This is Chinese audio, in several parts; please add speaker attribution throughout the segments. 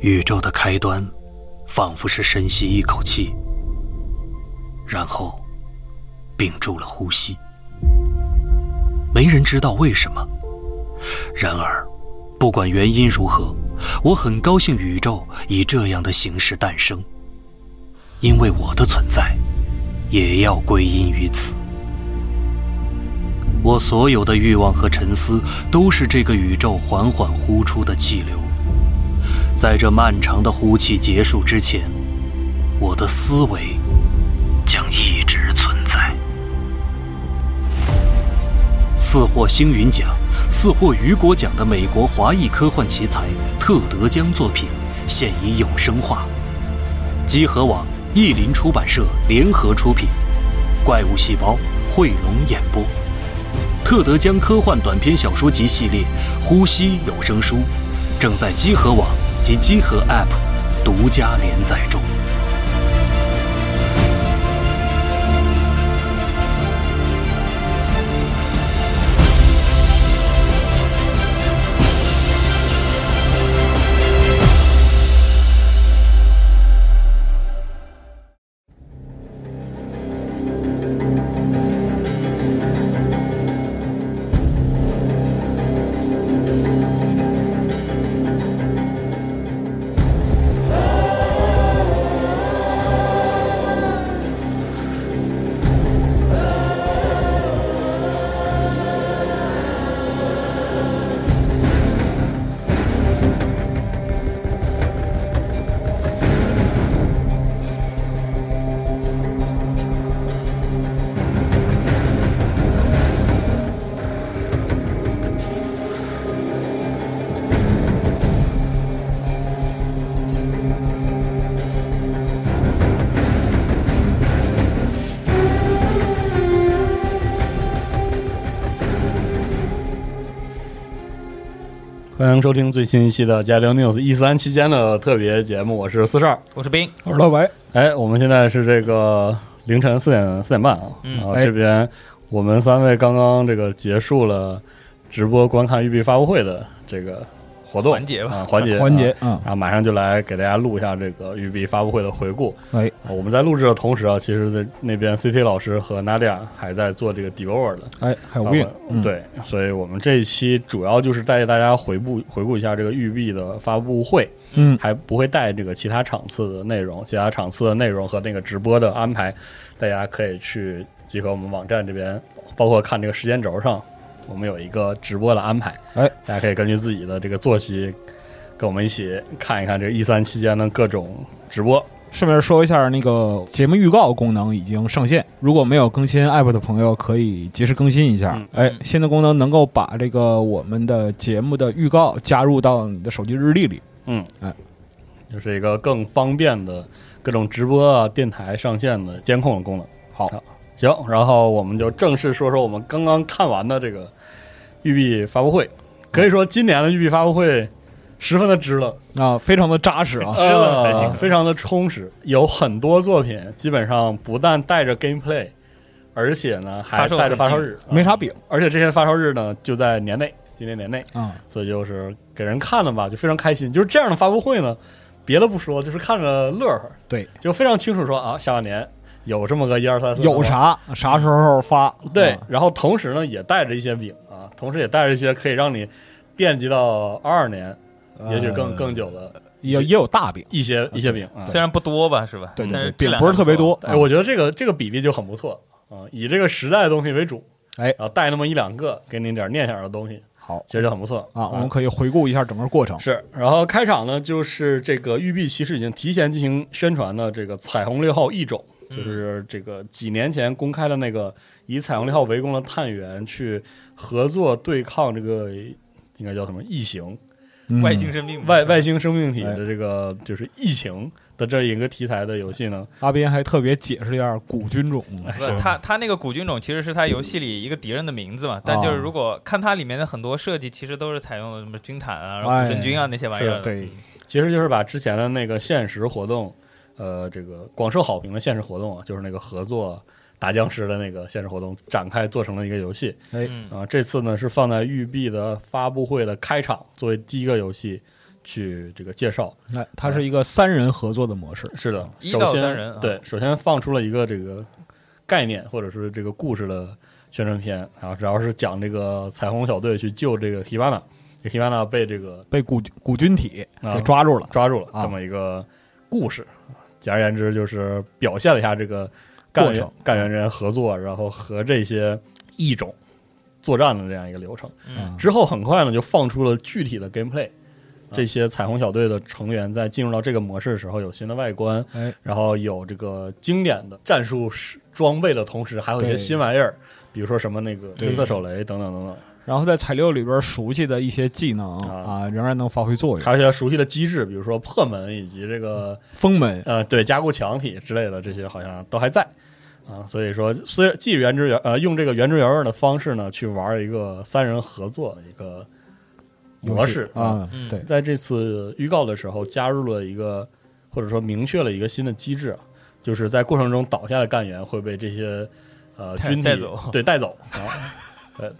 Speaker 1: 宇宙的开端，仿佛是深吸一口气，然后屏住了呼吸。没人知道为什么。然而，不管原因如何，我很高兴宇宙以这样的形式诞生，因为我的存在也要归因于此。我所有的欲望和沉思，都是这个宇宙缓缓呼出的气流。在这漫长的呼气结束之前，我的思维将一直存在。四获星云奖、四获雨果奖的美国华裔科幻奇才特德·江作品，现已有声化，集合网、译林出版社联合出品，《怪物细胞》汇龙演播。特德·江科幻短篇小说集系列《呼吸》有声书，正在积禾网及积禾 App 独家连载中。
Speaker 2: 欢迎收听最新一期的《加零 news》一三期间的特别节目，我是四十二。
Speaker 3: 我是冰，
Speaker 4: 我是老白，
Speaker 2: 哎，我们现在是这个凌晨四点四点半啊，
Speaker 3: 嗯
Speaker 2: 然后
Speaker 4: 哎
Speaker 2: 这边我们三位刚刚这个结束了直播观看育碧发布会的这个活动
Speaker 3: 环节吧
Speaker 2: 啊、环节
Speaker 4: 环节
Speaker 2: 啊
Speaker 4: 啊，
Speaker 2: 然后马上就来给大家录一下这个育碧发布会的回顾。
Speaker 4: 哎，
Speaker 2: 啊我们在录制的同时啊，其实在那边 CT 老师和 Nadia 还在做这个 d e v o r 的
Speaker 4: 哎，还有
Speaker 2: 发布
Speaker 4: Win，
Speaker 2: 会
Speaker 4: 嗯，
Speaker 2: 对，所以我们这一期主要就是带大家回顾回顾一下这个育碧的发布会，
Speaker 4: 嗯，
Speaker 2: 还不会带这个其他场次的内容，其他场次的内容和那个直播的安排，大家可以去集合我们网站这边，包括看这个时间轴上，我们有一个直播的安排，
Speaker 4: 哎，
Speaker 2: 大家可以根据自己的这个作息，跟我们一起看一看这个一三期间的各种直播。
Speaker 4: 顺便说一下，那个节目预告功能已经上线，如果没有更新 App 的朋友，可以及时更新一下
Speaker 2: 嗯。
Speaker 4: 哎，新的功能能够把这个我们的节目的预告加入到你的手机日历里。
Speaker 2: 嗯，
Speaker 4: 哎，
Speaker 2: 就是一个更方便的各种直播啊、电台上线的监控的功能。
Speaker 4: 好，
Speaker 2: 行，然后我们就正式说说我们刚刚看完的这个育碧发布会。可以说，今年的育碧发布会十分的值了，
Speaker 4: 啊，非常的扎 实啊，
Speaker 3: 了才行
Speaker 2: 呃非常的充实，有很多作品基本上不但带着 gameplay，而且呢还
Speaker 3: 发售
Speaker 2: 带着
Speaker 3: 痕
Speaker 2: 发
Speaker 3: 迹
Speaker 2: 售日，
Speaker 4: 没
Speaker 2: 啊
Speaker 4: 啥饼
Speaker 2: 而且这些发售日呢就在年内，今年年内，
Speaker 4: 啊。
Speaker 2: 所以就是给人看了吧，就非常开心。就是这样的发布会呢，别的不说，就是看着乐呵，
Speaker 4: 对，
Speaker 2: 就非常清楚说啊，下半年有这么个一二三四，
Speaker 4: 有啥啥时候发？
Speaker 2: 对
Speaker 4: 啊，
Speaker 2: 然后同时呢也带着一些饼啊，同时也带着一些可以让你惦记到二二年，也许更
Speaker 4: 呃
Speaker 2: 更久的
Speaker 4: 也也有大饼，
Speaker 2: 一些一些饼啊。
Speaker 3: 虽然不多吧，是吧？
Speaker 4: 对
Speaker 3: 但
Speaker 4: 对
Speaker 3: 是
Speaker 4: 对，
Speaker 3: 质
Speaker 4: 饼
Speaker 3: 量
Speaker 4: 不是特别
Speaker 3: 还
Speaker 4: 多。
Speaker 2: 哎，我觉得这个这个比例就很不错啊，以这个时代的东西为主，
Speaker 4: 哎
Speaker 2: 然后带那么一两个给你点儿念想的东西，
Speaker 4: 啊好
Speaker 2: 其实就很不错
Speaker 4: 啊，我们可以回顾一下整个过程。
Speaker 2: 是，然后开场呢，就是这个育碧其实已经提前进行宣传的这个彩虹六号异种，就是这个几年前公开的那个以彩虹六号为公的探员去合作对抗这个应该叫什么异形
Speaker 3: 不错
Speaker 4: 嗯
Speaker 3: 外星生命嘛，
Speaker 2: 外
Speaker 3: 是吧
Speaker 2: 外星生命体的这个就是疫情的这一个题材的游戏呢，
Speaker 4: 阿斌还特别解释了一下古菌种，
Speaker 2: 哎
Speaker 3: 不是他他那个古菌种其实是他游戏里一个敌人的名字嘛，但就是如果看它里面的很多设计，其实都是采用了什么军毯啊、然后古神军啊那些玩意儿的。
Speaker 4: 对，
Speaker 2: 其实就是把之前的那个限时活动，呃，这个广受好评的限时活动啊，就是那个合作打僵尸的那个限时活动展开做成了一个游戏。
Speaker 3: 嗯
Speaker 2: 啊，这次呢是放在育碧的发布会的开场作为第一个游戏去这个介绍。
Speaker 4: 那它是一个三人合作的模式，
Speaker 2: 是的，
Speaker 3: 一
Speaker 2: 首
Speaker 3: 到
Speaker 2: 先
Speaker 3: 三人啊
Speaker 2: 对，首先放出了一个这个概念或者是这个故事的宣传片，然后主要是讲这个彩虹小队去救这个 Hibana，这 Hibana 被这个
Speaker 4: 被古古军体
Speaker 2: 啊
Speaker 4: 给抓住了。
Speaker 2: 抓住了
Speaker 4: 啊
Speaker 2: 这么一个故事。简而言之，就是表现了一下这个干
Speaker 4: 过
Speaker 2: 员
Speaker 4: 程
Speaker 2: 干员人合作，然后和这些异种作战的这样一个流程。
Speaker 3: 嗯
Speaker 2: 之后很快呢，就放出了具体的 gameplay。这
Speaker 4: 啊
Speaker 2: 些彩虹小队的成员在进入到这个模式的时候，有新的外观，
Speaker 4: 哎
Speaker 2: 然后有这个经典的战术是装备的同时，还有一些
Speaker 4: 对
Speaker 2: 新玩意儿，比如说什么那个
Speaker 4: 对
Speaker 2: 侦测手雷等等等等，
Speaker 4: 然后在彩六里边熟悉的一些技能
Speaker 2: 啊
Speaker 4: 啊，仍然能发挥作用。
Speaker 2: 还有一些熟悉的机制，比如说破门以及这个
Speaker 4: 封门
Speaker 2: 呃，对，加固墙体之类的这些好像都还在啊。所以说，虽然既原汁原呃用这个原汁原味的方式呢，去玩一个三人合作的一个模式
Speaker 4: 啊
Speaker 3: 嗯，
Speaker 4: 对，
Speaker 2: 在这次预告的时候加入了一个或者说明确了一个新的机制啊，就是在过程中倒下的干员会被这些呃
Speaker 3: 带
Speaker 2: 军体
Speaker 3: 带走
Speaker 2: 对带走啊，呃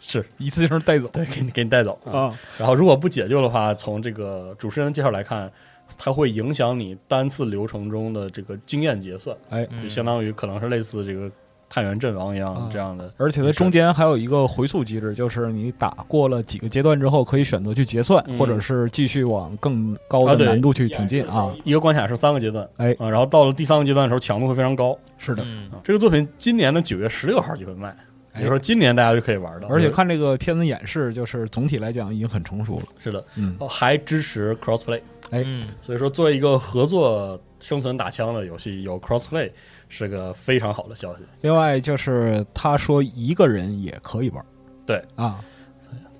Speaker 2: 是
Speaker 4: 一次性带走
Speaker 2: 对给你给你带走啊。
Speaker 4: 啊，
Speaker 2: 然后如果不解救的话，从这个主持人介绍来看，它会影响你单次流程中的这个经验结算，
Speaker 4: 哎，
Speaker 3: 嗯
Speaker 2: 就相当于可能是类似这个探员阵亡一样、
Speaker 4: 啊
Speaker 2: 这样的。
Speaker 4: 而且它中间还有一个回溯机制，就是你打过了几个阶段之后，可以选择去结算，
Speaker 2: 嗯
Speaker 4: 或者是继续往更
Speaker 2: 啊
Speaker 4: 高的
Speaker 2: 对
Speaker 4: 难度去挺进啊。
Speaker 2: 一个关卡是三个阶段，
Speaker 4: 哎
Speaker 2: 啊，然后到了第三个阶段的时候，强度会非常高。
Speaker 4: 是的，
Speaker 3: 嗯
Speaker 2: 啊这个作品今年的九月十六号就会卖，也就是说今年大家就可以玩到。
Speaker 4: 哎
Speaker 2: 嗯
Speaker 4: 而且看这个片子演示，就是总体来讲已经很成熟了。
Speaker 2: 是的，
Speaker 4: 嗯，
Speaker 2: 哦还支持 crossplay，
Speaker 3: 嗯
Speaker 2: 所以说作为一个合作生存打枪的游戏，有 crossplay 是个非常好的消息。
Speaker 4: 另外就是他说一个人也可以玩，
Speaker 2: 对
Speaker 4: 啊，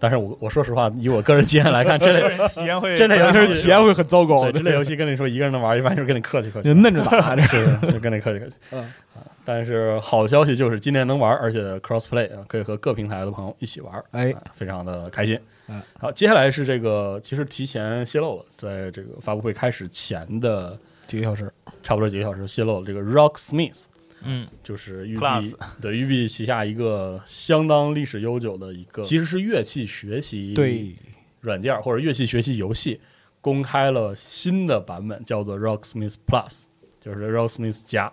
Speaker 2: 但是我我说实话，以我个人经验来看，这 类
Speaker 3: 体验会
Speaker 2: 这类游戏
Speaker 4: 哎体验会很糟糕
Speaker 2: 对，
Speaker 4: 的
Speaker 2: 这，类游戏跟你说一个人能玩，一般就是跟你客气客气，
Speaker 4: 就嫩着打，这是
Speaker 2: 是就跟你客气客气。
Speaker 4: 嗯
Speaker 2: 啊，但是好消息就是今年能玩，而且 crossplay 啊，可以和各平台的朋友一起玩，
Speaker 4: 哎
Speaker 2: 啊，非常的开心
Speaker 4: 嗯。
Speaker 2: 好，接下来是这个，其实提前泄露了，在这个发布会开始前的
Speaker 4: 几个小时。
Speaker 2: 差不多几个小时泄露了这个 Rocksmith，
Speaker 3: 嗯
Speaker 2: 就是育碧
Speaker 3: Plus
Speaker 2: 对育碧旗下一个相当历史悠久的一个，其实是乐器学习
Speaker 4: 对，
Speaker 2: 软件儿或者乐器学习游戏，公开了新的版本，叫做 Rocksmith Plus，就是 Rocksmith 加。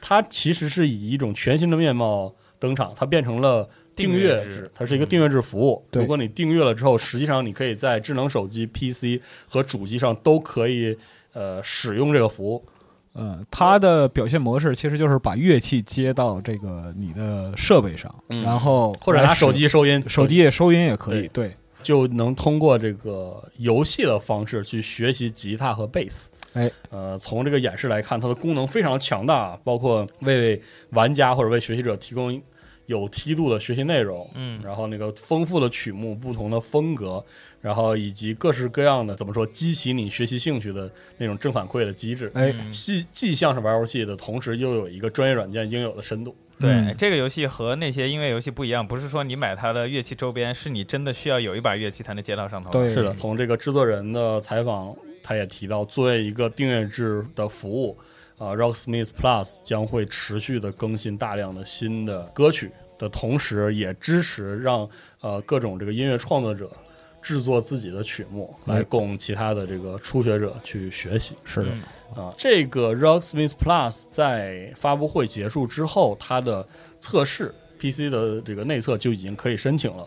Speaker 2: 它其实是以一种全新的面貌登场，它变成了订阅
Speaker 3: 订阅
Speaker 2: 制
Speaker 3: 制，
Speaker 2: 它是一个订阅制服务。
Speaker 4: 嗯对
Speaker 2: 如果你订阅了之后，实际上你可以在智能手机、PC 和主机上都可以呃使用这个服务。
Speaker 4: 嗯，它的表现模式其实就是把乐器接到这个你的设备上，
Speaker 2: 嗯
Speaker 4: 然后
Speaker 2: 或者拿手机收音，
Speaker 4: 手机也收音也可以，对，
Speaker 2: 就能通过这个游戏的方式去学习吉他和贝斯。
Speaker 4: 哎，
Speaker 2: 呃，从这个演示来看，它的功能非常强大，包括为玩家或者为学习者提供有梯度的学习内容，
Speaker 3: 嗯
Speaker 2: 然后那个丰富的曲目、不同的风格，然后以及各式各样的怎么说激起你学习兴趣的那种正反馈的机制。
Speaker 4: 哎，
Speaker 3: 嗯
Speaker 2: 既既像是玩游戏的同时，又有一个专业软件应有的深度。
Speaker 3: 对
Speaker 4: 嗯，
Speaker 3: 这个游戏和那些音乐游戏不一样，不是说你买它的乐器周边，是你真的需要有一把乐器才能接到上头。
Speaker 4: 对，
Speaker 2: 是的，，从这个制作人的采访，他也提到，作为一个订阅制的服务，啊、r o c k s m i t h Plus 将会持续的更新大量的新的歌曲的同时，也支持让呃各种这个音乐创作者制作自己的曲目，
Speaker 4: 嗯
Speaker 2: 来供其他的这个初学者去学习。
Speaker 4: 是的，
Speaker 3: 嗯
Speaker 2: 啊，这个 Rocksmith Plus 在发布会结束之后，它的测试 PC 的这个内测就已经可以申请了。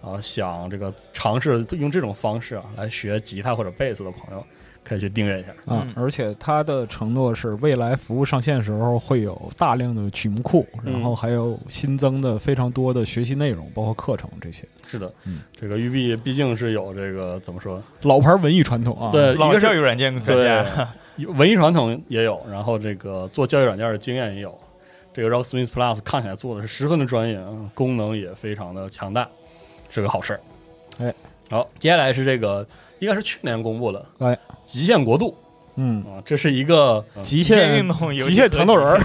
Speaker 2: 啊，想这个尝试用这种方式啊来学吉他或者贝斯的朋友，可以去订阅一下。
Speaker 4: 啊
Speaker 3: 嗯，
Speaker 4: 而且它的承诺是未来服务上线的时候会有大量的曲目库，
Speaker 2: 嗯
Speaker 4: 然后还有新增的非常多的学习内容，包括课程这些
Speaker 2: 是的，
Speaker 4: 嗯
Speaker 2: 这个育碧毕竟是有这个怎么说？
Speaker 4: 老牌文艺传统啊，
Speaker 2: 对一
Speaker 3: 老
Speaker 2: 个是
Speaker 3: 教育软件专
Speaker 2: 对
Speaker 3: 家，，
Speaker 2: 文艺传统也有，然后这个做教育软件的经验也有。这个 Rocksmith Plus 看起来做的是十分的专业，嗯功能也非常的强大，是个好事儿。
Speaker 4: 哎，
Speaker 2: 好，接下来是这个应该是去年公布的，
Speaker 4: 哎，
Speaker 2: 极限国度
Speaker 4: 嗯，
Speaker 2: 啊，这是一个呃
Speaker 4: 极
Speaker 3: 极限
Speaker 4: 限
Speaker 3: 运 动游戏
Speaker 4: 极限
Speaker 3: 合
Speaker 4: 糖豆人儿，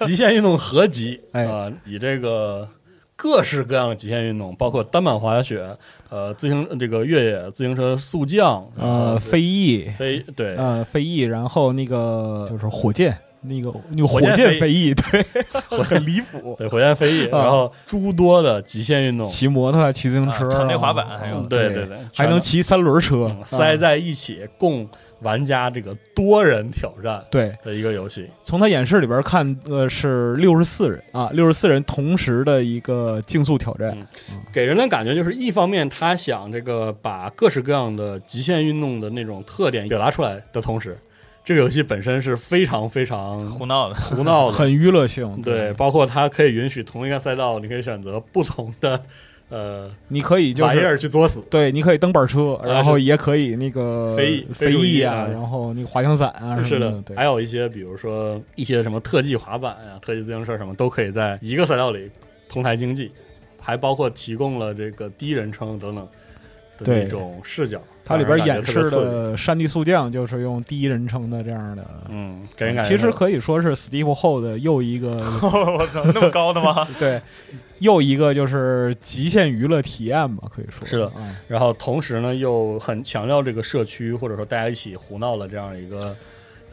Speaker 2: 极限运动合集
Speaker 4: 哎
Speaker 2: 啊、以这个各式各样的极限运动，包括单板滑雪、呃自行这个越野自行车速
Speaker 4: 啊
Speaker 2: 降、
Speaker 4: 呃，飞翼，
Speaker 2: 飞对、
Speaker 4: 呃，飞翼，然后那个就是火箭那个那个火箭飞翼，对， 很离谱。
Speaker 2: 对，火箭飞翼，
Speaker 4: 啊
Speaker 2: 然后诸多的极限运动
Speaker 4: 骑摩托、骑自行车、
Speaker 3: 啊场地滑板还有
Speaker 4: 嗯
Speaker 2: 对
Speaker 4: 对
Speaker 2: 对对
Speaker 4: 还能骑三轮车，
Speaker 2: 嗯塞
Speaker 4: 啊
Speaker 2: 在一起，供玩家这个多人挑战
Speaker 4: 对。
Speaker 2: 的一个游戏。
Speaker 4: 从他演示里边看，呃，是六十四人啊，六十四人同时的一个竞速挑战
Speaker 2: 嗯，给人的感觉就是，一方面他想这个把各式各样的极限运动的那种特点表达出来的同时，这个游戏本身是非常非常
Speaker 3: 胡闹的，
Speaker 2: 胡闹的，
Speaker 4: 很娱乐性。
Speaker 2: 嗯对，，包括它可以允许同一个赛道，你可以选择不同的呃
Speaker 4: 你可以就
Speaker 2: 玩意
Speaker 4: 是
Speaker 2: 儿去作死。
Speaker 4: 对，你可以蹬板车，
Speaker 2: 啊
Speaker 4: 然后也可以那个
Speaker 2: 飞翼
Speaker 4: 飞
Speaker 2: 飞入
Speaker 4: 翼
Speaker 2: 翼
Speaker 4: 啊，
Speaker 2: 啊
Speaker 4: 然后那个滑翔伞啊什
Speaker 2: 是
Speaker 4: 么
Speaker 2: 的，
Speaker 4: 对
Speaker 2: 还，有一些比如说一些什么特技滑板啊、特技自行车什么，都可以在一个赛道里同台竞技，还包括提供了这个第一人称等等的
Speaker 4: 对
Speaker 2: 那种视角。
Speaker 4: 它里边
Speaker 2: 让人
Speaker 4: 演
Speaker 2: 感觉特别
Speaker 4: 示
Speaker 2: 刺激，
Speaker 4: 的山地速降就是用第一人称的这样的。
Speaker 2: 嗯， 给人感觉
Speaker 4: 其实
Speaker 2: 很
Speaker 4: 可以说是 Steve 后的又一个
Speaker 3: 我操，那么高的 吗？
Speaker 4: 对，又一个就是极限娱乐体验吧，可以说
Speaker 2: 是的
Speaker 4: 啊
Speaker 2: 然后同时呢，又很强调这个社区或者说大家一起胡闹的这样一个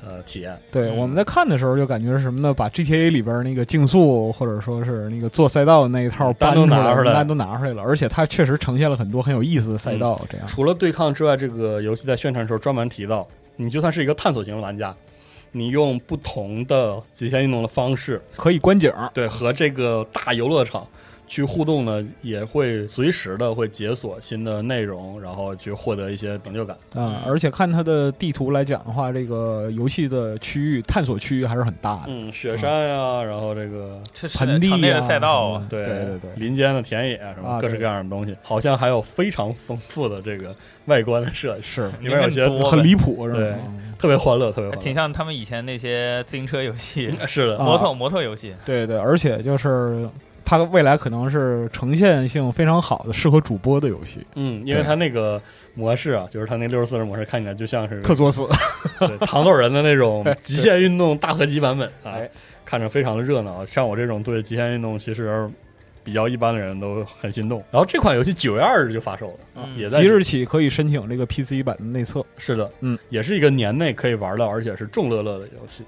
Speaker 2: 呃体验。
Speaker 4: 对，
Speaker 3: 嗯
Speaker 4: 我们在看的时候就感觉是什么呢？把 GTA 里边那个竞速或者说是那个做赛道的那一套搬
Speaker 2: 单独拿
Speaker 4: 出
Speaker 2: 出来
Speaker 4: 单都拿出来了，而且它确实呈现了很多很有意思的赛道，这样
Speaker 2: 除了对抗之外，这个游戏在宣传的时候专门提到，你就算是一个探索型的玩家，你用不同的极限运动的方式，
Speaker 4: 可以观景。
Speaker 2: 对和这个大游乐场去互动呢，也会随时的会解锁新的内容，然后去获得一些成就感。
Speaker 4: 啊、而且看它的地图来讲的话，这个游戏的区域探索区域还是很大的，
Speaker 2: 嗯，雪山呀、然后这个
Speaker 3: 这是
Speaker 4: 盆地
Speaker 3: 场内
Speaker 4: 啊
Speaker 3: 的赛道
Speaker 4: 什么
Speaker 3: 啊，
Speaker 4: 的对对对。
Speaker 2: 林间的田野啊，什
Speaker 4: 啊
Speaker 2: 么各式
Speaker 4: 对
Speaker 2: 各样的东西，好像还有非常丰富的这个外观的设计，
Speaker 4: 是
Speaker 2: 里面有些
Speaker 3: 你更作
Speaker 4: 很离谱，是
Speaker 2: 对
Speaker 4: 吧？
Speaker 2: 特别欢乐，特别欢乐。
Speaker 3: 挺像他们以前那些自行车游戏、
Speaker 2: 是的，
Speaker 4: 啊
Speaker 3: 摩托摩托游戏。
Speaker 4: 对对，而且就是它未来可能是呈现性非常好的，适合主播的游戏，
Speaker 2: 嗯，因为它那个模式啊，就是它那六十四人模式，看起来就像是
Speaker 4: 特作死。
Speaker 2: 对 糖豆人的那种极限运动大合集版本啊
Speaker 4: 哎，
Speaker 2: 看着非常的热闹。像我这种对极限运动其实比较一般的人都很心动。然后这款游戏九月二日就发售了，
Speaker 3: 嗯
Speaker 2: 也在
Speaker 4: 即日起可以申请这个 PC 版的内测。
Speaker 2: 是的，
Speaker 4: 嗯，
Speaker 2: 也是一个年内可以玩到，而且是众乐乐的游戏，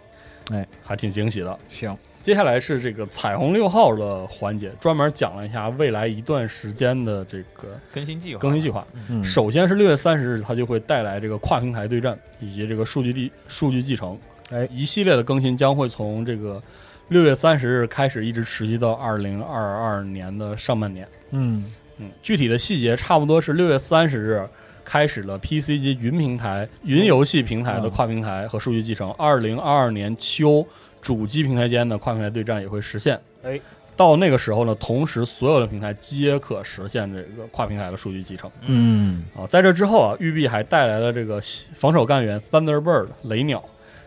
Speaker 4: 哎，
Speaker 2: 还挺惊喜的。
Speaker 4: 行，
Speaker 2: 接下来是这个彩虹六号的环节，专门讲了一下未来一段时间的这个
Speaker 3: 更新计划，
Speaker 2: 更新计划。
Speaker 4: 嗯
Speaker 2: 首先是六月三十日，它就会带来这个跨平台对战以及这个数据地数据继承，
Speaker 4: 哎
Speaker 2: 一系列的更新将会从这个六月三十日开始，一直持续到二零二二年的上半年。
Speaker 4: 嗯
Speaker 2: 嗯，具体的细节差不多是六月三十日开始了 PC 及云平台、云游戏平台的跨平台和数据继承。二零二二年秋，主机平台间的跨平台对战也会实现。
Speaker 4: 哎，
Speaker 2: 到那个时候呢，同时所有的平台皆可实现这个跨平台的数据继承。
Speaker 4: 嗯，
Speaker 2: 啊，在这之后啊，育碧还带来了这个防守干员 Thunderbird 雷鸟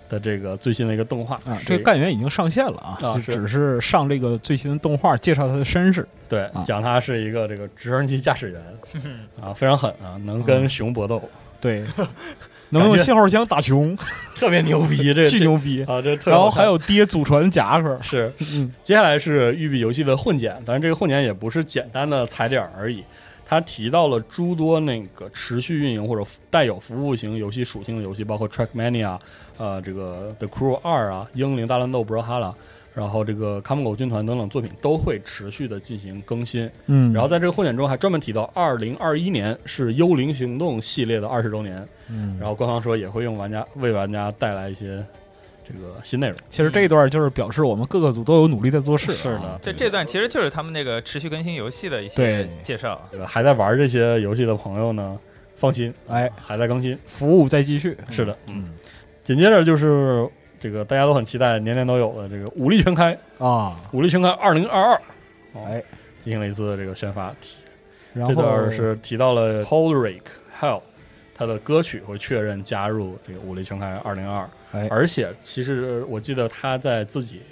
Speaker 2: 的这个最新的一个动画
Speaker 4: 啊，
Speaker 2: 是
Speaker 4: 这
Speaker 2: 一
Speaker 4: 个干员已经上线了啊，
Speaker 2: 啊
Speaker 4: 就是只是上这个最新的动画介绍他的身世。
Speaker 2: 对
Speaker 4: 啊
Speaker 2: 讲他是一个这个直升机驾驶 员啊，非常狠啊，能
Speaker 4: 嗯
Speaker 2: 跟熊搏斗，
Speaker 4: 对，能用信号枪打熊，
Speaker 2: 特别牛逼，这
Speaker 4: 巨牛逼。
Speaker 2: 啊，这特别
Speaker 4: 然后
Speaker 2: 好看
Speaker 4: 还有爹祖传夹克，
Speaker 2: 是
Speaker 4: 嗯，
Speaker 2: 接下来是育碧游戏的混剪，但是这个混剪也不是简单的踩点儿而已，它提到了诸多那个持续运营或者带有服务型游戏属性的游戏，包括 Trackmania，呃，这个 The Crew 二啊，英灵大乱斗 b r 哈 h a 然后这个看门狗军团等等作品都会持续的进行更新。
Speaker 4: 嗯
Speaker 2: 然后在这个混剪中还专门提到，二零二一年是幽灵行动系列的二十周年，
Speaker 4: 嗯
Speaker 2: 然后官方说也会用玩家为玩家带来一些这个新内容。
Speaker 4: 其实这一段就是表示我们各个组都有努力在做事、啊。
Speaker 2: 是的
Speaker 3: 这这段其实就是他们那个持续更新游戏的一些
Speaker 4: 对
Speaker 3: 介绍。啊
Speaker 2: 对吧？呃还在玩这些游戏的朋友呢，放心，
Speaker 4: 哎，
Speaker 2: 还在更新。
Speaker 4: 服务再继续。
Speaker 2: 是的，
Speaker 4: 嗯，
Speaker 2: 紧接着就是这个大家都很期待，年年都有的这个《武力全开》，《
Speaker 4: 啊，
Speaker 2: 武力全开二零二二》
Speaker 4: 哎，
Speaker 2: 进行了一次这个宣发，
Speaker 4: 然
Speaker 2: 这
Speaker 4: 后
Speaker 2: 段是提到了 Holric Hell。他的歌曲会确认加入这个《武力全开二零二
Speaker 4: 哎》，
Speaker 2: 而且其实我记得他在自己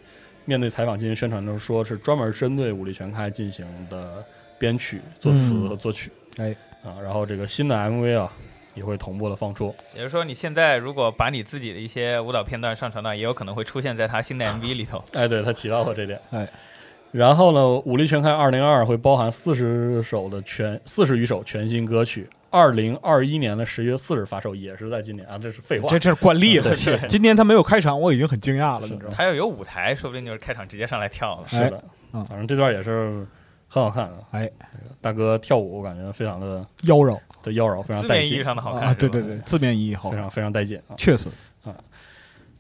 Speaker 2: 面对采访进行宣传的时候，说是专门针对《武力全开》进行的编曲、作词
Speaker 4: 嗯
Speaker 2: 和作曲。
Speaker 4: 哎
Speaker 2: 啊，然后这个新的 MV 啊也会同步的放出。
Speaker 3: 也就是说，你现在如果把你自己的一些舞蹈片段上传到，也有可能会出现在他新 的 MV 里头。
Speaker 2: 哎，对他提到过这点。
Speaker 4: 哎，
Speaker 2: 然后呢，《武力全开二零二》会包含四十首的全四十余首全新歌曲，二零二一年的十月四日发售，也是在今年啊，这是废话。
Speaker 4: 这这是惯例了。
Speaker 2: 对是
Speaker 4: 今天他没有开场，我已经很惊讶了，
Speaker 2: 是
Speaker 4: 你知道吗？
Speaker 3: 还有有舞台，说不定就是开场直接上来跳了。
Speaker 2: 是的，
Speaker 4: 嗯
Speaker 2: 反正这段也是很好看的。
Speaker 4: 哎，
Speaker 2: 大哥跳舞，我感觉非常的
Speaker 4: 妖娆
Speaker 2: 的妖娆，非常
Speaker 3: 字
Speaker 2: 带
Speaker 3: 面意义
Speaker 2: 劲，
Speaker 3: 上的好看，
Speaker 4: 啊！
Speaker 3: 是吧
Speaker 4: 对对对，，字面意义好
Speaker 2: 嗯非，常非常带劲啊！
Speaker 4: 确实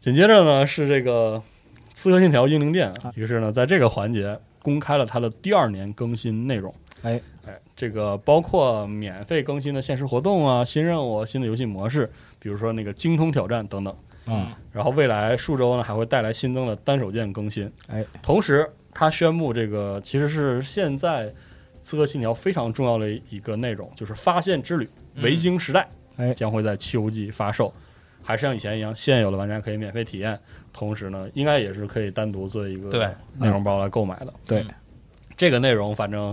Speaker 2: 紧接着呢是这个《刺客信条：英灵殿》
Speaker 4: 啊
Speaker 2: 啊，于是呢，在这个环节公开了它的第二年更新内容。
Speaker 4: 哎
Speaker 2: 哎，这个包括免费更新的限时活动啊、新任务啊、新的游戏模式，比如说那个精通挑战等等。
Speaker 4: 嗯，
Speaker 2: 然后未来数周呢还会带来新增的单手剑更新。
Speaker 4: 哎，
Speaker 2: 同时他宣布这个其实是现在《刺客信条》非常重要的一个内容，就是发现之旅
Speaker 3: 嗯
Speaker 2: 维京时代，
Speaker 4: 哎
Speaker 2: 将会在秋季发售。还是像以前一样，现有的玩家可以免费体验，同时呢，应该也是可以单独做一个
Speaker 3: 对
Speaker 2: 内容包来购买的。
Speaker 4: 对
Speaker 2: 这个内容，反正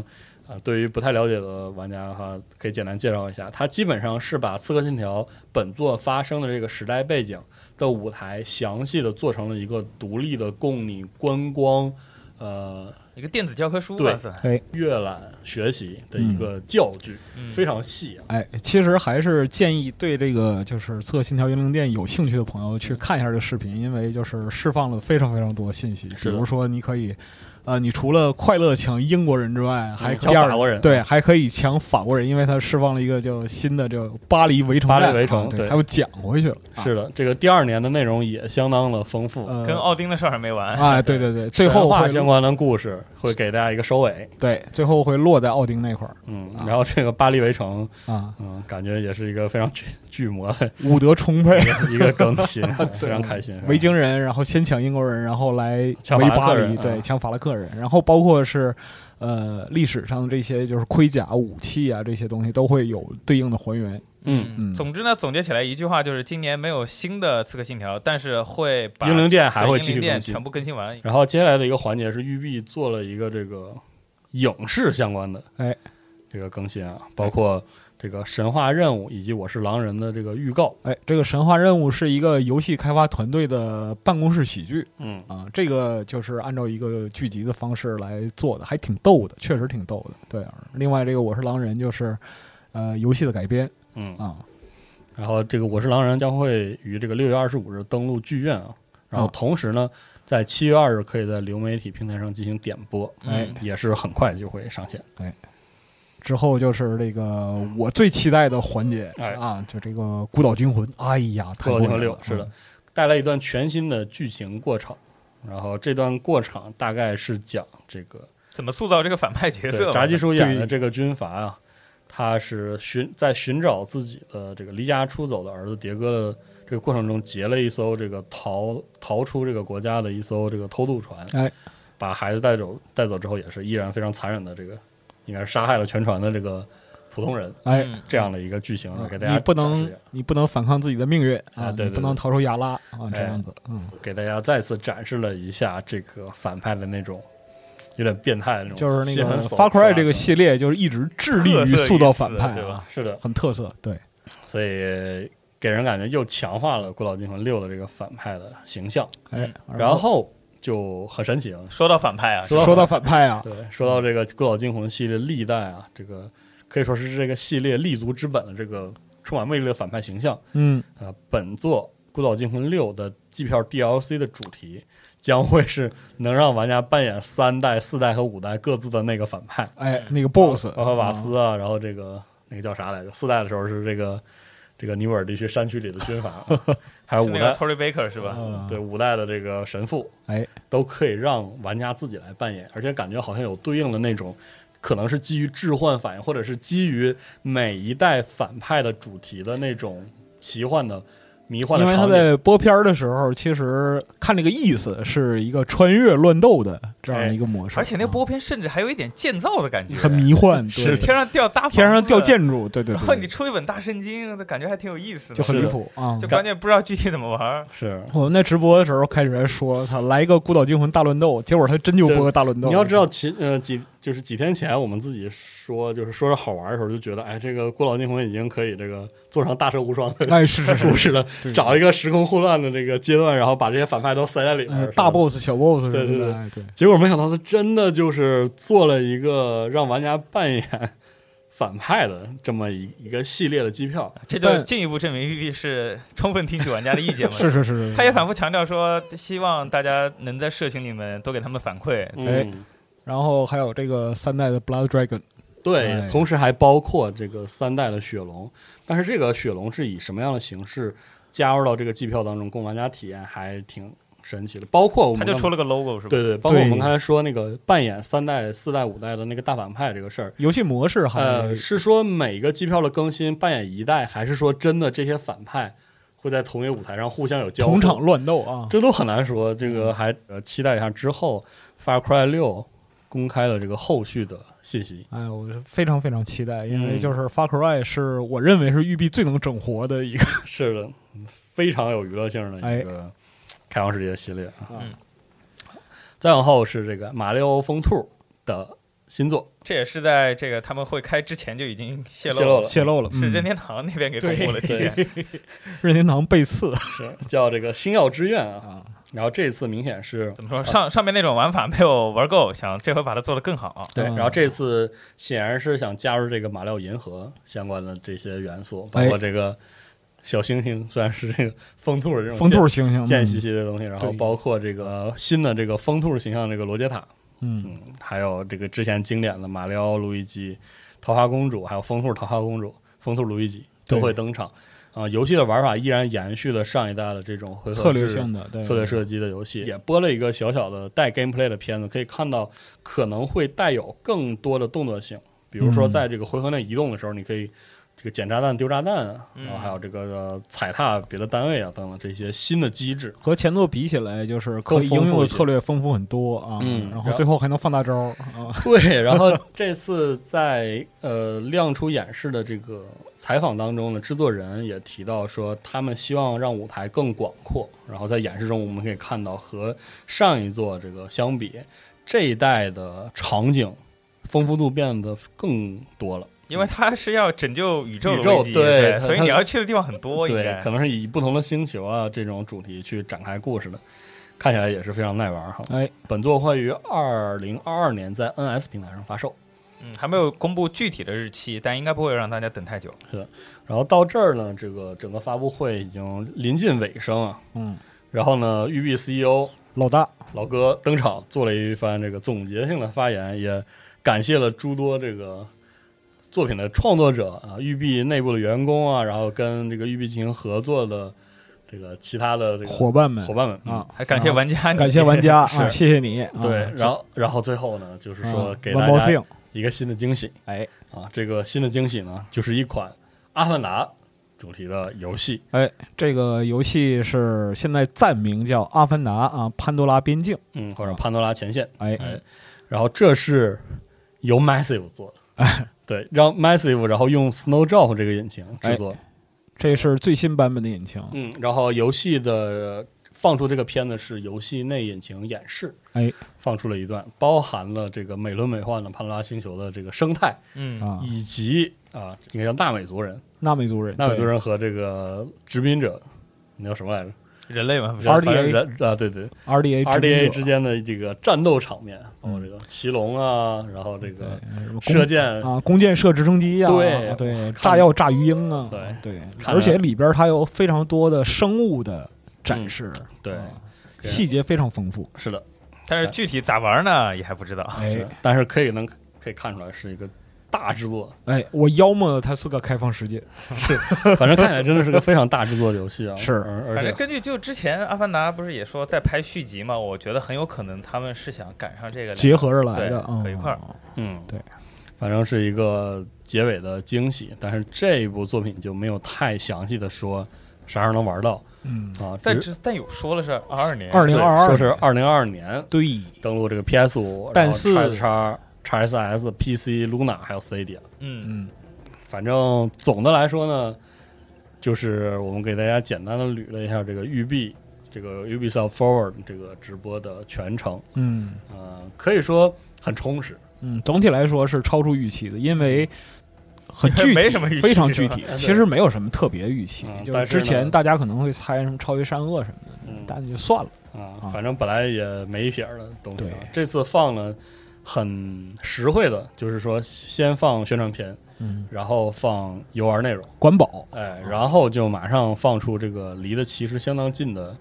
Speaker 2: 呃，对于不太了解的玩家的话，可以简单介绍一下。它基本上是把《刺客信条》本作发生的这个时代背景的舞台，详细的做成了一个独立的供你观光、呃
Speaker 3: 一个电子教科书吧
Speaker 2: 对
Speaker 3: 算。
Speaker 4: 哎
Speaker 2: 阅览、学习的一个教具，
Speaker 3: 嗯
Speaker 2: 非常细啊。
Speaker 4: 哎，其实还是建议对这个就是《刺客信条：英灵殿》有兴趣的朋友去看一下这个视频，因为就是释放了非常非常多信息，比
Speaker 2: 是的
Speaker 4: 如说你可以。呃，你除了快乐抢英国人之外，还可
Speaker 2: 嗯
Speaker 4: 以
Speaker 2: 抢法国人
Speaker 4: 对，还可以抢法国人，因为他释放了一个叫新的叫巴黎围城战，
Speaker 2: 巴黎围城
Speaker 4: 啊对，
Speaker 2: 对
Speaker 4: 他又讲回去了，啊
Speaker 2: 是的，这个第二年的内容也相当的丰富，
Speaker 4: 呃，
Speaker 3: 跟奥丁的事儿还没完，
Speaker 4: 哎，对对对，最
Speaker 2: 神
Speaker 4: 后
Speaker 2: 话
Speaker 4: 会
Speaker 2: 相关的故事会给大家一个收尾。
Speaker 4: 对，最后会落在奥丁那块儿
Speaker 2: 嗯
Speaker 4: 啊，
Speaker 2: 然后这个巴黎围城，
Speaker 4: 啊，
Speaker 2: 嗯，感觉也是一个非常巨巨魔的
Speaker 4: 武德充沛，
Speaker 2: 一个更 新，非常开心。
Speaker 4: 维京人，然后先抢英国人，然后来
Speaker 2: 抢
Speaker 4: 围
Speaker 2: 法拉
Speaker 4: 巴
Speaker 2: 克
Speaker 4: 黎，
Speaker 2: 人
Speaker 4: 对，
Speaker 2: 啊
Speaker 4: 抢法拉克人，然后包括是呃历史上这些就是盔甲、武器啊这些东西都会有对应的还原。
Speaker 2: 嗯，
Speaker 4: 嗯
Speaker 3: 总之呢，总结起来一句话就是：今年没有新的《刺客信条》，但是会把
Speaker 2: 英灵殿还会
Speaker 3: 对
Speaker 2: 继
Speaker 3: 英
Speaker 2: 续
Speaker 3: 灵殿
Speaker 2: 更新
Speaker 3: 全。部更新完。
Speaker 2: 然后接下来的一个环节是育碧做了一个这个影视相关的
Speaker 4: 哎
Speaker 2: 这个更新啊，包括这个神话任务以及我是狼人的这个预告。
Speaker 4: 哎，这个神话任务是一个游戏开发团队的办公室喜剧
Speaker 2: 嗯，
Speaker 4: 啊，这个就是按照一个剧集的方式来做的，还挺逗的，确实挺逗的。对啊，另外这个我是狼人就是呃游戏的改编
Speaker 2: 嗯，
Speaker 4: 啊，
Speaker 2: 然后这个《我是狼人》将会于这个六月二十五日登陆剧院啊，然后
Speaker 4: 啊
Speaker 2: 同时呢，在七月二日可以在流媒体平台上进行点播，
Speaker 4: 哎
Speaker 3: 嗯，
Speaker 2: 也是很快就会上线。
Speaker 4: 之后就是这个我最期待的环节、
Speaker 2: 哎
Speaker 4: 啊，就这个孤岛惊魂。哎呀，
Speaker 2: 孤
Speaker 4: 太
Speaker 2: 岛
Speaker 4: 过
Speaker 2: 惊魂
Speaker 4: 瘾
Speaker 2: 六
Speaker 4: 了嗯
Speaker 2: 是的，带来一段全新的剧情过场，然后这段过场大概是讲这个
Speaker 3: 怎么塑造这个反派角色
Speaker 2: 对
Speaker 3: 吧？
Speaker 2: 炸鸡叔演
Speaker 4: 对
Speaker 2: 的这个军阀啊，他是寻在寻找自己的这个离家出走的儿子迭戈的这个过程中，劫了一艘这个逃逃出这个国家的一艘这个偷渡船，
Speaker 4: 哎，
Speaker 2: 把孩子带走带走之后，也是依然非常残忍的这个，应该是杀害了全船的这个普通人
Speaker 4: 哎。
Speaker 3: 嗯
Speaker 2: 这样的一个剧情，给大家
Speaker 4: 你不
Speaker 2: 展
Speaker 4: 能
Speaker 2: 示一下，
Speaker 4: 你不能反抗自己的命运
Speaker 2: 啊对
Speaker 4: 你
Speaker 2: 对
Speaker 4: 不能
Speaker 2: 对
Speaker 4: 逃出亚拉啊，这
Speaker 2: 哎
Speaker 4: 样子，嗯，
Speaker 2: 给大家再次展示了一下这个反派的那种有点变态的那种，
Speaker 4: 就是那
Speaker 2: 心
Speaker 4: 个
Speaker 2: 狠手
Speaker 4: Far Cry
Speaker 2: 辣
Speaker 4: 这个
Speaker 2: 的
Speaker 4: 系列，就是一直致力
Speaker 3: 特
Speaker 4: 于
Speaker 3: 色
Speaker 4: 塑造
Speaker 3: 意思
Speaker 4: 反派
Speaker 3: 对
Speaker 4: 啊
Speaker 3: 吧，
Speaker 2: 是的，
Speaker 4: 很特色，对，
Speaker 2: 所以给人感觉又强化了《孤岛惊魂六》的这个反派的形象，
Speaker 4: 哎，
Speaker 2: 嗯然后就很神奇啊。
Speaker 3: 说到反派啊，
Speaker 2: 说到
Speaker 4: 说到反派 啊，
Speaker 2: 对，说到这个《孤岛惊魂》系列历代啊，这个可以说是这个系列立足之本的这个充满魅力的反派形象
Speaker 4: 嗯，
Speaker 2: 啊、呃本作《孤岛惊魂六》的机票 DLC 的主题将会是能让玩家扮演三代、四代和五代各自的那个反派，
Speaker 4: 哎，那个 BOSS，
Speaker 2: 包括瓦
Speaker 4: 啊，
Speaker 2: 斯啊，然后这个那个叫啥来着？四代的时候是这个这个尼泊尔地区山区里的军阀，啊还有
Speaker 3: 是
Speaker 2: 五
Speaker 3: 那
Speaker 2: 代
Speaker 3: 个 Tory Baker 是吧？
Speaker 4: 嗯
Speaker 2: 对，五代的这个神父，
Speaker 4: 哎，
Speaker 2: 都可以让玩家自己来扮演，而且感觉好像有对应的那种，可能是基于置换反应，或者是基于每一代反派的主题的那种奇幻的、迷幻
Speaker 4: 因
Speaker 2: 的
Speaker 4: 为他
Speaker 2: 场景。
Speaker 4: 在播片儿的时候，其实看这个意思是一个穿越乱斗的这
Speaker 2: 哎
Speaker 4: 样一个模式，
Speaker 3: 而且那
Speaker 4: 啊
Speaker 3: 个播片甚至还有一点建造的感觉，
Speaker 4: 很迷幻，
Speaker 2: 是
Speaker 4: 对，
Speaker 3: 天上掉大房子
Speaker 4: 天上掉，建筑， 对对
Speaker 3: 然后
Speaker 4: 对，
Speaker 3: 你出一本大圣经，感觉还挺有意思的，
Speaker 4: 就很
Speaker 2: 是
Speaker 4: 离
Speaker 2: 的
Speaker 4: 谱啊
Speaker 3: 就！关键不知道具体怎么玩儿。
Speaker 2: 是，
Speaker 4: 我们在直播的时候开始还说他来一个孤岛惊魂大乱斗，结果他真就播个大乱斗。
Speaker 2: 你要知道，其呃几就是几天前我们自己说，就是说着好玩的时候，就觉得哎，这个《孤岛惊魂》已经可以这个做成大蛇无 双的
Speaker 4: 哎，是 是
Speaker 2: 故
Speaker 4: 是，
Speaker 2: 事了，
Speaker 4: 对
Speaker 2: 找一个时空混乱的这个阶段，然后把这些反派都塞在里面
Speaker 4: 呃
Speaker 2: 儿，
Speaker 4: 大
Speaker 2: 是吧
Speaker 4: boss、小 boss 什
Speaker 2: 对
Speaker 4: 么
Speaker 2: 对
Speaker 4: 的，
Speaker 2: 对
Speaker 4: 哎对，
Speaker 2: 结果没想到他真的就是做了一个让玩家扮演 反派的这么一一个系列的机票。
Speaker 3: 这就
Speaker 4: 但
Speaker 3: 进一步证明 BB 是充分听取玩家的意见嘛。
Speaker 4: 是是是是，
Speaker 3: 他也反复强调说，希望大家能在社群里面多给他们反馈。
Speaker 4: 哎
Speaker 2: 嗯，
Speaker 4: 然后还有这个三代的 Blood Dragon，
Speaker 2: 对
Speaker 4: 哎，
Speaker 2: 同时还包括这个三代的雪龙，但是这个雪龙是以什么样的形式加入到这个季票当中，供玩家体验还挺神奇的。包括我
Speaker 3: 他
Speaker 2: 们
Speaker 3: 就
Speaker 2: 刚
Speaker 3: 出了个 logo 是吧？
Speaker 2: 对对，包括我们
Speaker 4: 对
Speaker 2: 刚才说那个扮演三代、四代、五代的那个大反派这个事儿，
Speaker 4: 游戏模式还、
Speaker 2: 呃，是说每个机票的更新扮演一代，还是说真的这些反派会在同一个舞台上互相有交
Speaker 4: 同
Speaker 2: 互
Speaker 4: 场乱斗啊，
Speaker 2: 这都很难说。这个还呃期待一下之后《Far Cry 六》公开了这个后续的信息。
Speaker 4: 哎，我是非常非常期待，因为
Speaker 2: 嗯
Speaker 4: 就是 Far Cry 是我认为是育碧最能整活的一个。
Speaker 2: 是的，非常有娱乐性的
Speaker 4: 哎
Speaker 2: 一个开放世界系列啊。
Speaker 3: 嗯
Speaker 2: 再往后是这个《马里奥风兔》的新作，
Speaker 3: 这也是在这个他们会开之前就已经泄
Speaker 2: 泄
Speaker 3: 露
Speaker 2: 露了
Speaker 4: 泄露了，
Speaker 3: 是
Speaker 4: 嗯
Speaker 3: 任天堂那边给公布了提前。
Speaker 4: 任天堂背刺
Speaker 2: 是叫这个《星耀之愿》啊。
Speaker 4: 啊，
Speaker 2: 然后这次明显是
Speaker 3: 怎么说？上上面那种玩法没有玩够，想这回把它做得更好。
Speaker 2: 对，
Speaker 4: 嗯
Speaker 2: 然后这次显然是想加入这个马里奥银河相关的这些元素，包
Speaker 4: 哎
Speaker 2: 括这个小星星，虽然是这个风兔的这种
Speaker 4: 风兔猩猩，
Speaker 2: 贱贱兮兮的东西，然后
Speaker 4: 对
Speaker 2: 包括这个新的这个风兔形象这个罗杰塔，
Speaker 4: 嗯，
Speaker 2: 嗯，还有这个之前经典的马里奥、路易吉、桃花公主，还有风兔桃花公主、风兔路易吉都
Speaker 4: 对
Speaker 2: 会登场。啊、游戏的玩法依然延续了上一代的这种回合
Speaker 4: 策略
Speaker 2: 制
Speaker 4: 性的对
Speaker 2: 策略射击的游戏，也播了一个小小的带 gameplay 的片子，可以看到可能会带有更多的动作性，比如说
Speaker 4: 嗯
Speaker 2: 在这个回合内移动的时候，你可以这个捡炸弹、丢炸弹啊，
Speaker 3: 嗯
Speaker 2: 然后还有这个呃踩踏别的单位啊等等这些新的机制。
Speaker 4: 和前作比起来，就是可
Speaker 2: 更
Speaker 4: 以
Speaker 2: 丰
Speaker 4: 应用
Speaker 2: 富
Speaker 4: 的
Speaker 2: 一些
Speaker 4: 策略丰富很多啊，
Speaker 2: 嗯
Speaker 4: 然
Speaker 2: 然
Speaker 4: 后
Speaker 2: 后
Speaker 4: 最后还能放大招啊，
Speaker 2: 对，然后这次在呃亮出演示的这个采访当中呢，制作人也提到说，他们希望让舞台更广阔。然后在演示中，我们可以看到和上一座这个相比，这一代的场景丰富度变得更多了。
Speaker 3: 因为它是要拯救宇宙
Speaker 2: 嗯宇
Speaker 3: 的
Speaker 2: 宙
Speaker 3: 危机，
Speaker 2: 对它
Speaker 3: 所以
Speaker 2: 它
Speaker 3: 你要去的地方很多，应
Speaker 2: 对
Speaker 3: 该，
Speaker 2: 可能是以不同的星球啊这种主题去展开故事的，看起来也是非常耐玩儿哈。
Speaker 4: 哎，
Speaker 2: 本作会于二零二二年在 NS 平台上发售。
Speaker 3: 嗯，还没有公布具体的日期，但应该不会让大家等太久。
Speaker 2: 然后到这儿呢，这个整个发布会已经临近尾声啊。
Speaker 4: 嗯，
Speaker 2: 然后呢，育碧 CEO
Speaker 4: 老大
Speaker 2: E 老哥登场，做了一番这个总结性的发言，也感谢了诸多这个作品的创作者啊，育碧内部的员工啊，然后跟这个育碧进行合作的这个其他的这个
Speaker 4: 伙伴们
Speaker 2: 伙伴们。
Speaker 4: 啊，
Speaker 3: 还感谢玩家，
Speaker 4: 感谢玩家啊，
Speaker 2: 是
Speaker 4: 谢谢你，啊
Speaker 2: 对，然后然后最后呢，就是说给大
Speaker 4: One more
Speaker 2: 家
Speaker 4: thing，
Speaker 2: 一个新的惊喜
Speaker 4: 哎
Speaker 2: 啊！这个新的惊喜呢，就是一款《阿凡达》主题的游戏。
Speaker 4: 哎，这个游戏是现在暂名叫《阿凡达》啊，《潘多拉边境》，
Speaker 2: 嗯，或者潘多拉前线，
Speaker 4: 哎，
Speaker 2: 哎，然后这是由 Massive 做的， 对，让 Massive 然后用 Snowdrop 这个引擎制作，
Speaker 4: 哎这是最新版本的引擎，
Speaker 2: 嗯，然后游戏的放出这个片子是游戏内引擎演示，
Speaker 4: 哎
Speaker 2: 放出了一段，包含了这个美轮美奂的潘多拉星球的这个生态，
Speaker 3: 嗯，
Speaker 4: 啊，
Speaker 2: 以及啊，应该叫纳美族人，
Speaker 4: 纳美族人，
Speaker 2: 纳美族
Speaker 4: 对
Speaker 2: 人和这个殖民者，那叫什么来着
Speaker 3: 人类嘛，不是
Speaker 4: RDA
Speaker 2: 反正人啊，对对，
Speaker 4: RDA
Speaker 2: RDA 之
Speaker 4: 之
Speaker 2: 间的这个战斗场面，包括
Speaker 4: 嗯
Speaker 2: 这个骑龙啊，然后这个射
Speaker 4: 射
Speaker 2: 箭，
Speaker 4: 啊，弓箭射直升机啊，
Speaker 2: 对
Speaker 4: 对，
Speaker 2: 看
Speaker 4: 炸药炸鱼鹰啊，
Speaker 2: 对
Speaker 4: 对，
Speaker 2: 看
Speaker 4: 而且里边它有非常多的生物的展
Speaker 2: 嗯
Speaker 4: 示，
Speaker 2: 对
Speaker 4: 啊
Speaker 2: 对
Speaker 4: 细节非常丰富，
Speaker 2: 是的，
Speaker 3: 但是具体咋玩呢，也还不知道。
Speaker 4: 哎
Speaker 2: 是但是可以能可以看出来是一个大制作，
Speaker 4: 哎，我妖魔它是个开放世界，
Speaker 2: 反正看起来真的是个非常大制作的游戏啊，
Speaker 4: 是
Speaker 2: 而而
Speaker 3: 反正
Speaker 2: 且
Speaker 3: 根据就之前《阿凡达》不是也说在拍续集嘛，我觉得很有可能他们是想赶上这个
Speaker 4: 结合着来的，
Speaker 3: 对
Speaker 4: 嗯
Speaker 3: 搁一块儿
Speaker 2: 嗯
Speaker 4: 对，
Speaker 2: 反正是一个结尾的惊喜，但是这一部作品就没有太详细的说啥时候能玩到
Speaker 4: 嗯，
Speaker 2: 啊，
Speaker 3: 但
Speaker 2: 只
Speaker 3: 只但有说了是二二年，
Speaker 4: 二
Speaker 2: 对
Speaker 4: 零二二
Speaker 2: 说是二零二二年
Speaker 4: 对，
Speaker 2: 登陆这个 PS 五，
Speaker 4: 但是
Speaker 2: 叉叉 SS、PC、Luna 还有 Stadia，
Speaker 3: 嗯，
Speaker 4: 嗯，
Speaker 2: 反正总的来说呢，就是我们给大家简单的捋了一下这个育碧这个 Ubisoft Forward 这个直播的全程，
Speaker 4: 嗯
Speaker 2: 呃，可以说很充实。
Speaker 4: 嗯，总体来说是超出预期的，因为
Speaker 2: 嗯
Speaker 4: 很具体，
Speaker 3: 没什么预期
Speaker 4: 非常具体
Speaker 2: 是吧。啊
Speaker 4: 其实没有什么特别的预期，
Speaker 2: 嗯
Speaker 4: 就
Speaker 2: 但是
Speaker 4: 之
Speaker 2: 呢
Speaker 4: 前大家可能会猜什么超越善恶什么的，
Speaker 2: 嗯
Speaker 4: 但就算了。
Speaker 2: 啊
Speaker 4: 啊，
Speaker 2: 反正本来也没一撇儿的东西啊
Speaker 4: 对。
Speaker 2: 这次放了很实惠的，就是说先放宣传片，
Speaker 4: 嗯，
Speaker 2: 然后放游玩内容，
Speaker 4: 管饱，
Speaker 2: 哎，然后就马上放出这个离得其实相当近的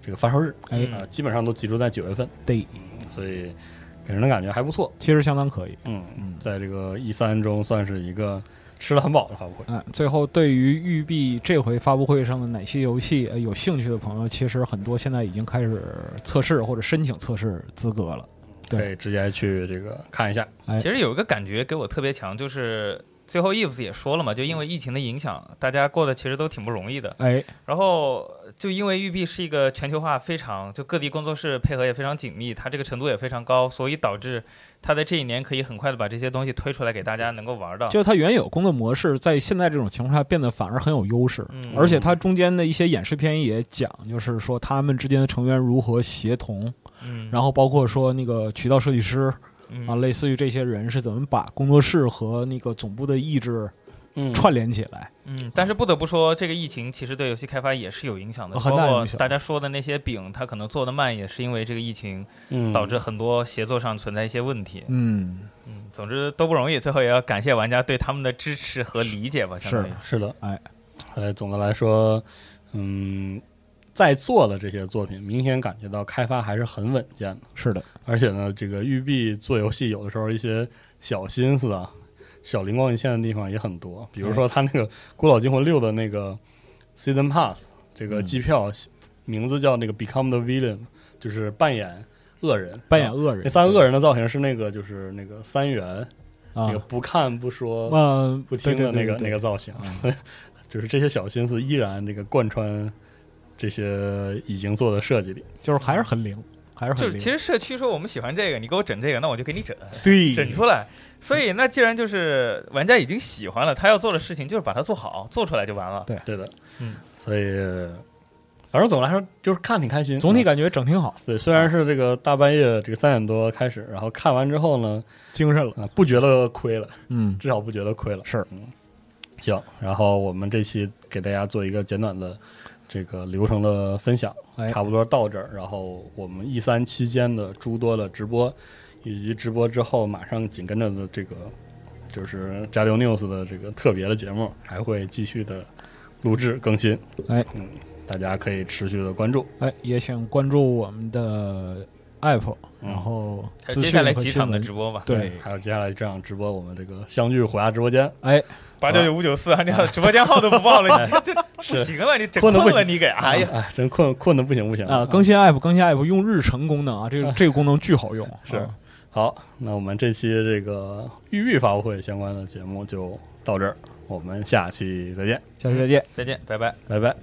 Speaker 2: 这个发售日，
Speaker 4: 哎
Speaker 2: 啊，基本上都集中在九月份，
Speaker 4: 对，
Speaker 2: 所以给人的感觉还不错。
Speaker 4: 其实相当可以。
Speaker 2: 嗯，在这个 E 三中算是一个吃了很饱的发布会。
Speaker 4: 嗯，最后对于育碧这回发布会上的哪些游戏、呃、有兴趣的朋友，其实很多现在已经开始测试或者申请测试资格了。对
Speaker 2: 可以直接去这个看一下，
Speaker 4: 哎
Speaker 3: 其实有一个感觉给我特别强，就是最后 Eve 也说了嘛，就因为疫情的影响，大家过得其实都挺不容易的。
Speaker 4: 哎，
Speaker 3: 然后就因为育碧是一个全球化非常，就各地工作室配合也非常紧密，它这个程度也非常高，所以导致它在这一年可以很快的把这些东西推出来给大家能够玩到。
Speaker 4: 就它原有工作模式，在现在这种情况下变得反而很有优势，
Speaker 3: 嗯
Speaker 4: 而且它中间的一些演示片也讲，就是说他们之间的成员如何协同，
Speaker 3: 嗯，
Speaker 4: 然后包括说那个渠道设计师
Speaker 3: 嗯
Speaker 4: 啊，类似于这些人是怎么把工作室和那个总部的意志
Speaker 2: 嗯
Speaker 4: 串联起来。
Speaker 3: 嗯，但是不得不说，这个疫情其实对游戏开发也是有影响的，
Speaker 4: 呃很大
Speaker 3: 包括
Speaker 4: 影响
Speaker 3: 大家说的那些饼，它可能做的慢，也是因为这个疫情
Speaker 2: 嗯
Speaker 3: 导致很多协作上存在一些问题。
Speaker 4: 嗯，
Speaker 3: 嗯，总之都不容易，最后也要感谢玩家对他们的支持和理解吧，相当于
Speaker 4: 是
Speaker 2: 是的，
Speaker 4: 哎，
Speaker 2: 呃，总的来说，嗯，在做的这些作品，明显感觉到开发还是很稳健的，
Speaker 4: 是的，
Speaker 2: 而且呢，这个育碧做游戏有的时候一些小心思啊，小灵光一现的地方也很多，比如
Speaker 4: 嗯
Speaker 2: 说他那个《孤岛惊魂六》的那个 Season Pass 这个
Speaker 4: 嗯
Speaker 2: 机票，名字叫那个 Become the Villain，就是扮演恶人，
Speaker 4: 扮演
Speaker 2: 啊
Speaker 4: 恶人，
Speaker 2: 那三个恶人的造型是那个就是那个三元，
Speaker 4: 啊
Speaker 2: 那个，不看不说
Speaker 4: 嗯，
Speaker 2: 呃不听的那个那
Speaker 4: 对嗯
Speaker 2: 个造型，啊就是这些小心思依然这个贯穿这些已经做的设计里。
Speaker 4: 就是还是很灵，还是
Speaker 3: 就
Speaker 4: 很
Speaker 3: 是
Speaker 4: 灵。
Speaker 3: 其实社区说我们喜欢这个，你给我整这个，那我就给你整整
Speaker 4: 对，
Speaker 3: 出来。所以那既然就是玩家已经喜欢了，他要做的事情就是把它做好，做出来就完了。
Speaker 2: 对的，
Speaker 3: 嗯，
Speaker 2: 所以反正总的来说就是看挺开心，
Speaker 4: 总体
Speaker 2: 感。
Speaker 4: 感觉整挺好，
Speaker 2: 对，虽然是这个大半夜这个三点多开始，然后看完之后呢，
Speaker 4: 精神了。
Speaker 2: 啊、不觉得亏了，
Speaker 4: 嗯，
Speaker 2: 至少不觉得亏了。
Speaker 4: 是，
Speaker 2: 嗯，行。然后我们这期给大家做一个简短的这个流程的分享，
Speaker 4: 哎
Speaker 2: 差不多到这儿。然后我们 E 三期间的诸多的直播，以及直播之后马上紧跟着的这个就是加流 news 的这个特别的节目，还会继续的录制更新。
Speaker 4: 哎，
Speaker 2: 嗯，大家可以持续的关注。
Speaker 4: 哎，也请关注我们的 app，
Speaker 2: 嗯
Speaker 4: 然后
Speaker 3: 还有
Speaker 4: 资
Speaker 3: 接
Speaker 4: 讯
Speaker 3: 下来
Speaker 4: 和
Speaker 3: 几
Speaker 4: 新
Speaker 3: 场的
Speaker 4: 闻
Speaker 3: 直播吧，
Speaker 4: 对，
Speaker 2: 还有接下来这场直播，我们这个相聚虎牙直播间，
Speaker 4: 哎，
Speaker 3: 八九九五九四， 啊，你好直播间号都不报了，你这这不
Speaker 2: 是
Speaker 3: 行啊了，你整
Speaker 2: 困得不
Speaker 3: 了
Speaker 2: 行
Speaker 3: 你给，哎
Speaker 4: 嗯
Speaker 3: 呀，
Speaker 2: 哎，真困困的不行不行
Speaker 4: 啊，更新 app，更新 app 用日程功能啊， 这个这个功能巨好用，
Speaker 2: 是
Speaker 4: 啊
Speaker 2: 好，那我们这期这个育碧发布会相关的节目就到这儿，我们下期再见，
Speaker 4: 下期再见。
Speaker 3: 再见，拜拜。
Speaker 2: 拜拜。